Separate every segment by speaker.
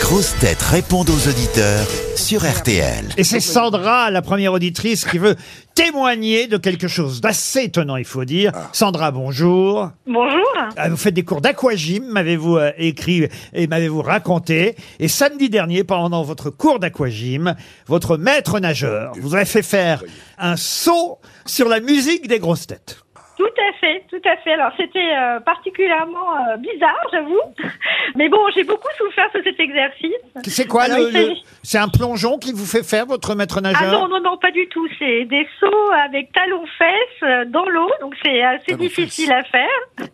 Speaker 1: grosses têtes répondent aux auditeurs sur RTL.
Speaker 2: Et c'est Sandra, la première auditrice, qui veut témoigner de quelque chose d'assez étonnant, il faut dire.
Speaker 3: Ah.
Speaker 2: Sandra, bonjour.
Speaker 3: Bonjour.
Speaker 2: Ah, Vous faites des cours d'aquagym, m'avez-vous euh, écrit et m'avez-vous raconté. Et samedi dernier, pendant votre cours d'aquagym, votre maître nageur vous a fait faire un saut sur la musique des grosses têtes.
Speaker 3: Tout à fait, tout à fait. Alors c'était euh, particulièrement euh, bizarre, j'avoue. Mais bon, j'ai beaucoup souffert de cet exercice.
Speaker 2: C'est quoi
Speaker 3: Alors,
Speaker 2: le,
Speaker 3: il s'agit-
Speaker 2: le- C'est un plongeon qui vous fait faire votre maître
Speaker 3: Ah non,
Speaker 2: nageur
Speaker 3: non, non, pas du tout. C'est des sauts avec talons-fesses euh, dans l'eau, donc c'est assez
Speaker 4: Talons-fesses.
Speaker 3: difficile à faire.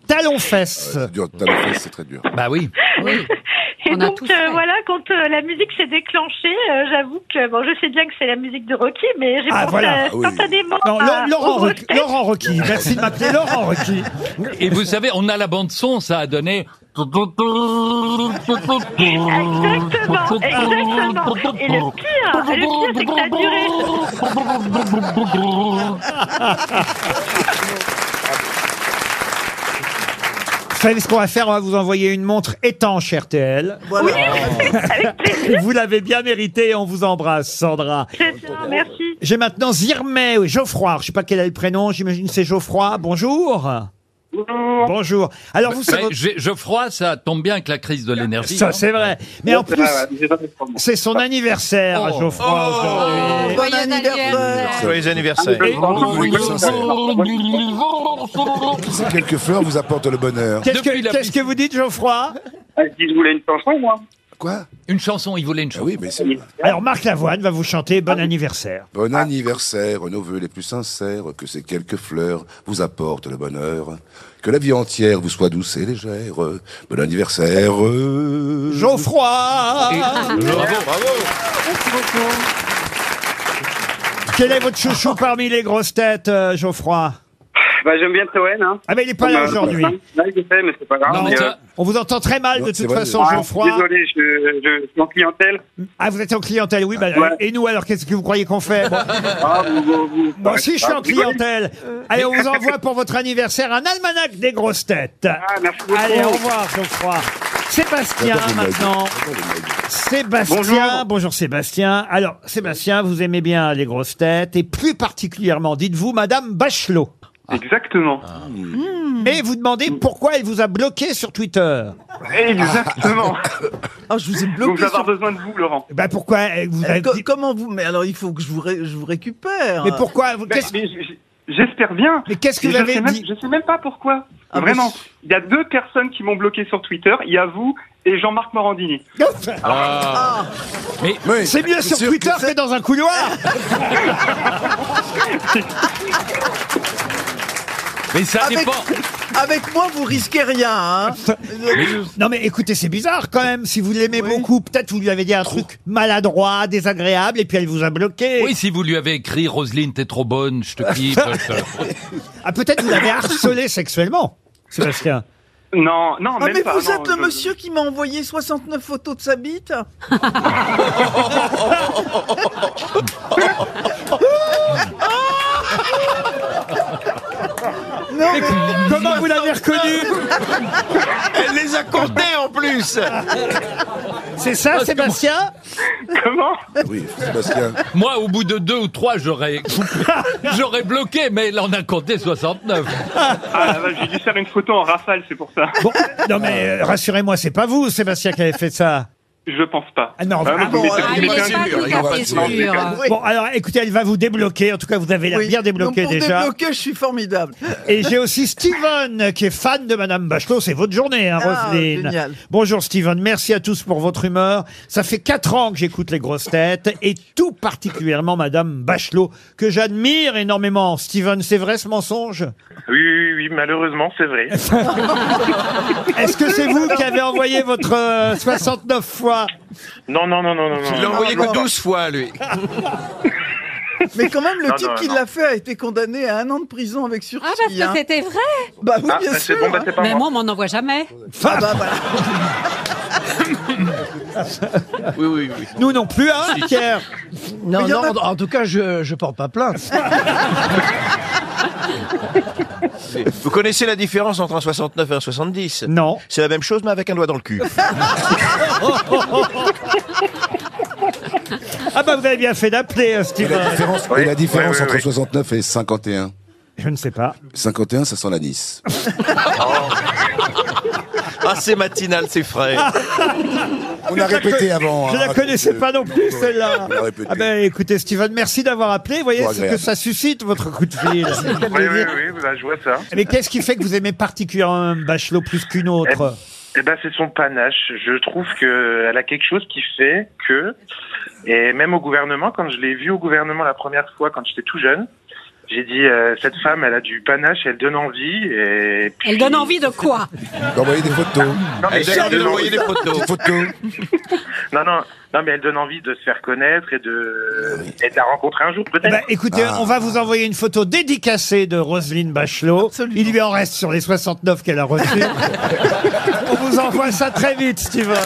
Speaker 2: Talon-fesse.
Speaker 3: Ah,
Speaker 4: C'est dur, t'as la fesse, c'est très dur.
Speaker 5: Bah oui.
Speaker 6: Oui,
Speaker 3: Et
Speaker 6: On a
Speaker 3: donc
Speaker 6: tous fait.
Speaker 3: euh, voilà, quand euh, la musique s'est déclenchée, euh, j'avoue que bon, je sais bien que c'est la musique de Rocky, mais j'ai
Speaker 2: Ah,
Speaker 3: pensé
Speaker 2: voilà.
Speaker 3: euh,
Speaker 4: Ah oui.
Speaker 3: spontanément
Speaker 2: Non,
Speaker 3: à-
Speaker 2: Lo- Laurent,
Speaker 3: aux grosses
Speaker 2: Roqui-
Speaker 3: têtes.
Speaker 2: Laurent Rocky. Merci de m'appeler Laurent Rocky.
Speaker 5: Et vous savez, on a la bande son, ça a donné.
Speaker 3: Exactement, exactement. Et le pire, le pire, c'est que ça a duré.
Speaker 2: Vous savez ce qu'on va faire On va vous envoyer une montre étanche RTL. vous l'avez bien mérité et on vous embrasse, Sandra.
Speaker 3: C'est ça, merci.
Speaker 2: J'ai maintenant Zirmay, oui, Geoffroy. Je sais pas quel est le prénom, j'imagine que c'est Geoffroy. Bonjour. Bonjour. Alors vous savez...
Speaker 5: Ouais, Je Geoffroy, ça tombe bien avec la crise de l'énergie.
Speaker 2: Ça
Speaker 5: hein.
Speaker 2: c'est vrai. Mais en plus, c'est son anniversaire à
Speaker 5: Oh.
Speaker 2: Geoffroy aujourd'hui.
Speaker 6: Joyeux anniversaire.
Speaker 7: Joyeux
Speaker 8: Ah,
Speaker 7: anniversaire.
Speaker 4: Quelques fleurs vous apportent le bonheur.
Speaker 2: Qu'est-ce que,
Speaker 5: Depuis la
Speaker 2: qu'est-ce que vous dites Geoffroy
Speaker 8: Ah,
Speaker 4: Quoi
Speaker 5: Une chanson, il voulait une
Speaker 4: Ah
Speaker 5: chanson.
Speaker 4: oui, mais c'est.
Speaker 2: Alors Marc Lavoine va vous chanter
Speaker 5: Ah
Speaker 2: Bon anniversaire.
Speaker 4: Bon anniversaire, nos voeux les plus sincères, que ces quelques fleurs vous apportent le bonheur, que la vie entière vous soit douce et légère. Bon anniversaire. euh,
Speaker 2: Geoffroy
Speaker 7: Bravo, bravo.
Speaker 2: Quel est votre chouchou parmi les grosses têtes, euh, Geoffroy
Speaker 8: Bah, j'aime bien Tewen, hein.
Speaker 2: Ah mais il est pas là aujourd'hui.
Speaker 8: Ouais, je sais, mais c'est pas
Speaker 5: Non,
Speaker 8: grave. Mais, euh,
Speaker 5: ça-
Speaker 2: On vous entend très mal
Speaker 4: Non,
Speaker 2: de
Speaker 4: c'est
Speaker 2: toute
Speaker 4: vrai,
Speaker 2: façon,
Speaker 8: ah,
Speaker 2: Geoffroy.
Speaker 8: Désolé, je, je suis en clientèle.
Speaker 2: Ah, vous êtes en clientèle, oui. bah,
Speaker 8: Ouais.
Speaker 2: Et nous, alors, qu'est-ce que vous croyez qu'on fait Moi
Speaker 8: Ah, vous, vous, vous-
Speaker 2: moi aussi, je suis
Speaker 8: Ah,
Speaker 2: en
Speaker 8: vous rigolez.
Speaker 2: clientèle. Allez, on vous envoie pour votre anniversaire un almanach des grosses têtes.
Speaker 8: Ah, merci beaucoup.
Speaker 2: Allez, au revoir, Geoffroy. Sébastien,
Speaker 4: J'adore les blagues.
Speaker 2: maintenant. Sébastien, bonjour.
Speaker 8: Bonjour.
Speaker 2: Sébastien. Alors, Sébastien, vous aimez bien les grosses têtes et plus particulièrement, dites-vous, Madame Bachelot.
Speaker 8: Exactement.
Speaker 2: Ah. Mais vous demandez
Speaker 8: Hmm.
Speaker 2: pourquoi elle vous a bloqué sur Twitter.
Speaker 8: Exactement.
Speaker 9: Ah, je vous ai
Speaker 8: Donc, je
Speaker 9: bloqué.
Speaker 8: vais avoir
Speaker 9: sur-
Speaker 8: besoin de vous, Laurent.
Speaker 2: Eh Ben pourquoi elle vous a
Speaker 9: Euh, co-
Speaker 2: dit-
Speaker 9: Comment vous Mais alors, il faut que je vous, ré- je vous récupère.
Speaker 2: Mais pourquoi vous-
Speaker 8: Bah,
Speaker 2: qu'est-ce-
Speaker 8: mais j- J'espère bien.
Speaker 2: Mais qu'est-ce que
Speaker 8: Et
Speaker 2: vous
Speaker 8: je
Speaker 2: avez
Speaker 8: sais même-
Speaker 2: dit
Speaker 8: Je sais même pas pourquoi.
Speaker 9: Ah,
Speaker 8: Vraiment.
Speaker 9: bah,
Speaker 8: Il y a deux personnes qui m'ont bloqué sur Twitter. Il y a vous et Jean-Marc Morandini.
Speaker 5: Ah.
Speaker 4: Oui,
Speaker 2: C'est mieux sur
Speaker 4: sûr
Speaker 2: Twitter que, dans un couloir.
Speaker 5: Mais ça
Speaker 9: Avec-
Speaker 5: dépend.
Speaker 9: Avec moi, vous risquez rien. hein.
Speaker 2: Non mais écoutez, c'est bizarre quand même. Si vous l'aimez
Speaker 9: Oui.
Speaker 2: beaucoup, peut-être vous lui avez dit un truc maladroit, désagréable, et puis elle vous a bloqué.
Speaker 5: Oui, si vous lui avez écrit Roselyne, t'es trop bonne, je te kiffe.
Speaker 2: Ah peut-être vous l'avez harcelé sexuellement, Sébastien.
Speaker 8: Non, non,
Speaker 9: Ah,
Speaker 8: même
Speaker 9: mais
Speaker 8: pas.
Speaker 9: vous
Speaker 8: non,
Speaker 9: êtes le
Speaker 8: je- Ah,
Speaker 9: monsieur qui m'a envoyé 69 photos de sa bite
Speaker 2: Comment vous l'avez reconnu
Speaker 7: Elle les a comptés en plus.
Speaker 2: C'est ça, Sébastien
Speaker 8: Comment
Speaker 4: Oui, Sébastien.
Speaker 5: Moi, au bout de deux ou trois, j'aurais coupé. j'aurais bloqué, mais elle en a compté 69.
Speaker 8: Ah, la vache, j'ai dû faire une photo en rafale, c'est pour ça.
Speaker 2: Bon, non mais euh, rassurez-moi, c'est pas vous, Sébastien, qui avez fait ça.
Speaker 8: Je pense pas.
Speaker 2: Ah non,
Speaker 8: Ah, mais
Speaker 2: ah
Speaker 8: vous
Speaker 2: bon,
Speaker 8: mettez-
Speaker 6: Ah,
Speaker 8: vous
Speaker 6: il
Speaker 8: mettez
Speaker 6: est
Speaker 8: un-
Speaker 6: pas tout à fait
Speaker 4: Non,
Speaker 6: sûr.
Speaker 2: Bon, alors écoutez, elle va vous débloquer. En tout cas, vous avez l'air
Speaker 9: Ah, Oui.
Speaker 2: bien débloqué
Speaker 9: Donc, pour
Speaker 2: déjà.
Speaker 9: débloquer, je suis formidable.
Speaker 2: Et j'ai aussi Steven qui est fan de Madame Bachelot. C'est votre journée, hein,
Speaker 9: Ah,
Speaker 2: Roselyne.
Speaker 9: génial.
Speaker 2: Bonjour Steven, merci à tous pour votre humeur. Ça fait quatre ans que j'écoute les grosses têtes et tout particulièrement Madame Bachelot que j'admire énormément. Steven, c'est vrai ce mensonge
Speaker 8: Oui, oui, oui, malheureusement, c'est vrai.
Speaker 2: Est-ce que c'est vous qui avez envoyé votre euh, 69 fois
Speaker 8: Non, non, non, non, non. non.
Speaker 7: Il l'a envoyé que 12 fois, lui.
Speaker 9: Mais quand même, le
Speaker 8: Non,
Speaker 9: type
Speaker 8: non,
Speaker 9: qui
Speaker 8: non.
Speaker 9: l'a fait a été condamné à un an de prison avec sursis.
Speaker 6: Ah, parce
Speaker 9: hein.
Speaker 6: que c'était vrai.
Speaker 9: Bah oui,
Speaker 8: Ah,
Speaker 9: bien
Speaker 8: bah, c'est
Speaker 9: sûr.
Speaker 8: bon, bah, c'est pas
Speaker 6: Mais
Speaker 8: moi.
Speaker 6: moi, on m'en envoie jamais.
Speaker 9: Ah, bah, voilà.
Speaker 7: Oui, oui, oui.
Speaker 2: Nous non plus, hein, Pierre
Speaker 9: Mais
Speaker 10: Non,
Speaker 9: il y en
Speaker 10: non, en tout cas, je, je porte pas plainte.
Speaker 7: Vous connaissez la différence entre un 69 et un 70
Speaker 2: Non.
Speaker 7: C'est la même chose, mais avec un doigt dans le cul.
Speaker 2: Ah bah vous avez bien fait d'appeler, euh,
Speaker 4: Et
Speaker 2: Steven.
Speaker 4: la différence, et la différence entre 69 et 51
Speaker 2: Je ne sais pas.
Speaker 4: 51, ça sent la Nice.
Speaker 7: Ah, c'est matinal, c'est frais.
Speaker 4: On a répété avant.
Speaker 2: Je ne
Speaker 4: hein.
Speaker 2: la connaissais pas non plus, celle-là.
Speaker 4: On l'a répété.
Speaker 2: Ah ben écoutez, Steven, merci d'avoir appelé. Vous voyez
Speaker 4: Pas
Speaker 2: ce que
Speaker 4: agréable.
Speaker 2: ça suscite, votre coup de fil.
Speaker 8: Oui, oui, oui, bah, je vois ça.
Speaker 2: Mais qu'est-ce qui fait que vous aimez particulièrement Bachelot plus qu'une autre
Speaker 8: Eh ben, c'est son panache. Je trouve qu'elle a quelque chose qui fait que, et même au gouvernement, quand je l'ai vue au gouvernement la première fois, quand j'étais tout jeune, j'ai dit, euh, cette femme, elle a du panache, elle donne envie, et puis-
Speaker 6: Elle donne envie de quoi
Speaker 4: D'envoyer des photos.
Speaker 8: Non, mais
Speaker 7: Elle a de envoyer des photos.
Speaker 4: Des photos.
Speaker 8: Non, non, non, mais elle donne envie de se faire connaître et de, et de la rencontrer un jour, peut-être.
Speaker 2: Bah, écoutez, on va vous envoyer une photo dédicacée de Roselyne Bachelot.
Speaker 9: Absolument.
Speaker 2: Il lui en reste sur les 69 qu'elle a reçues. on vous envoie ça très vite, Steven.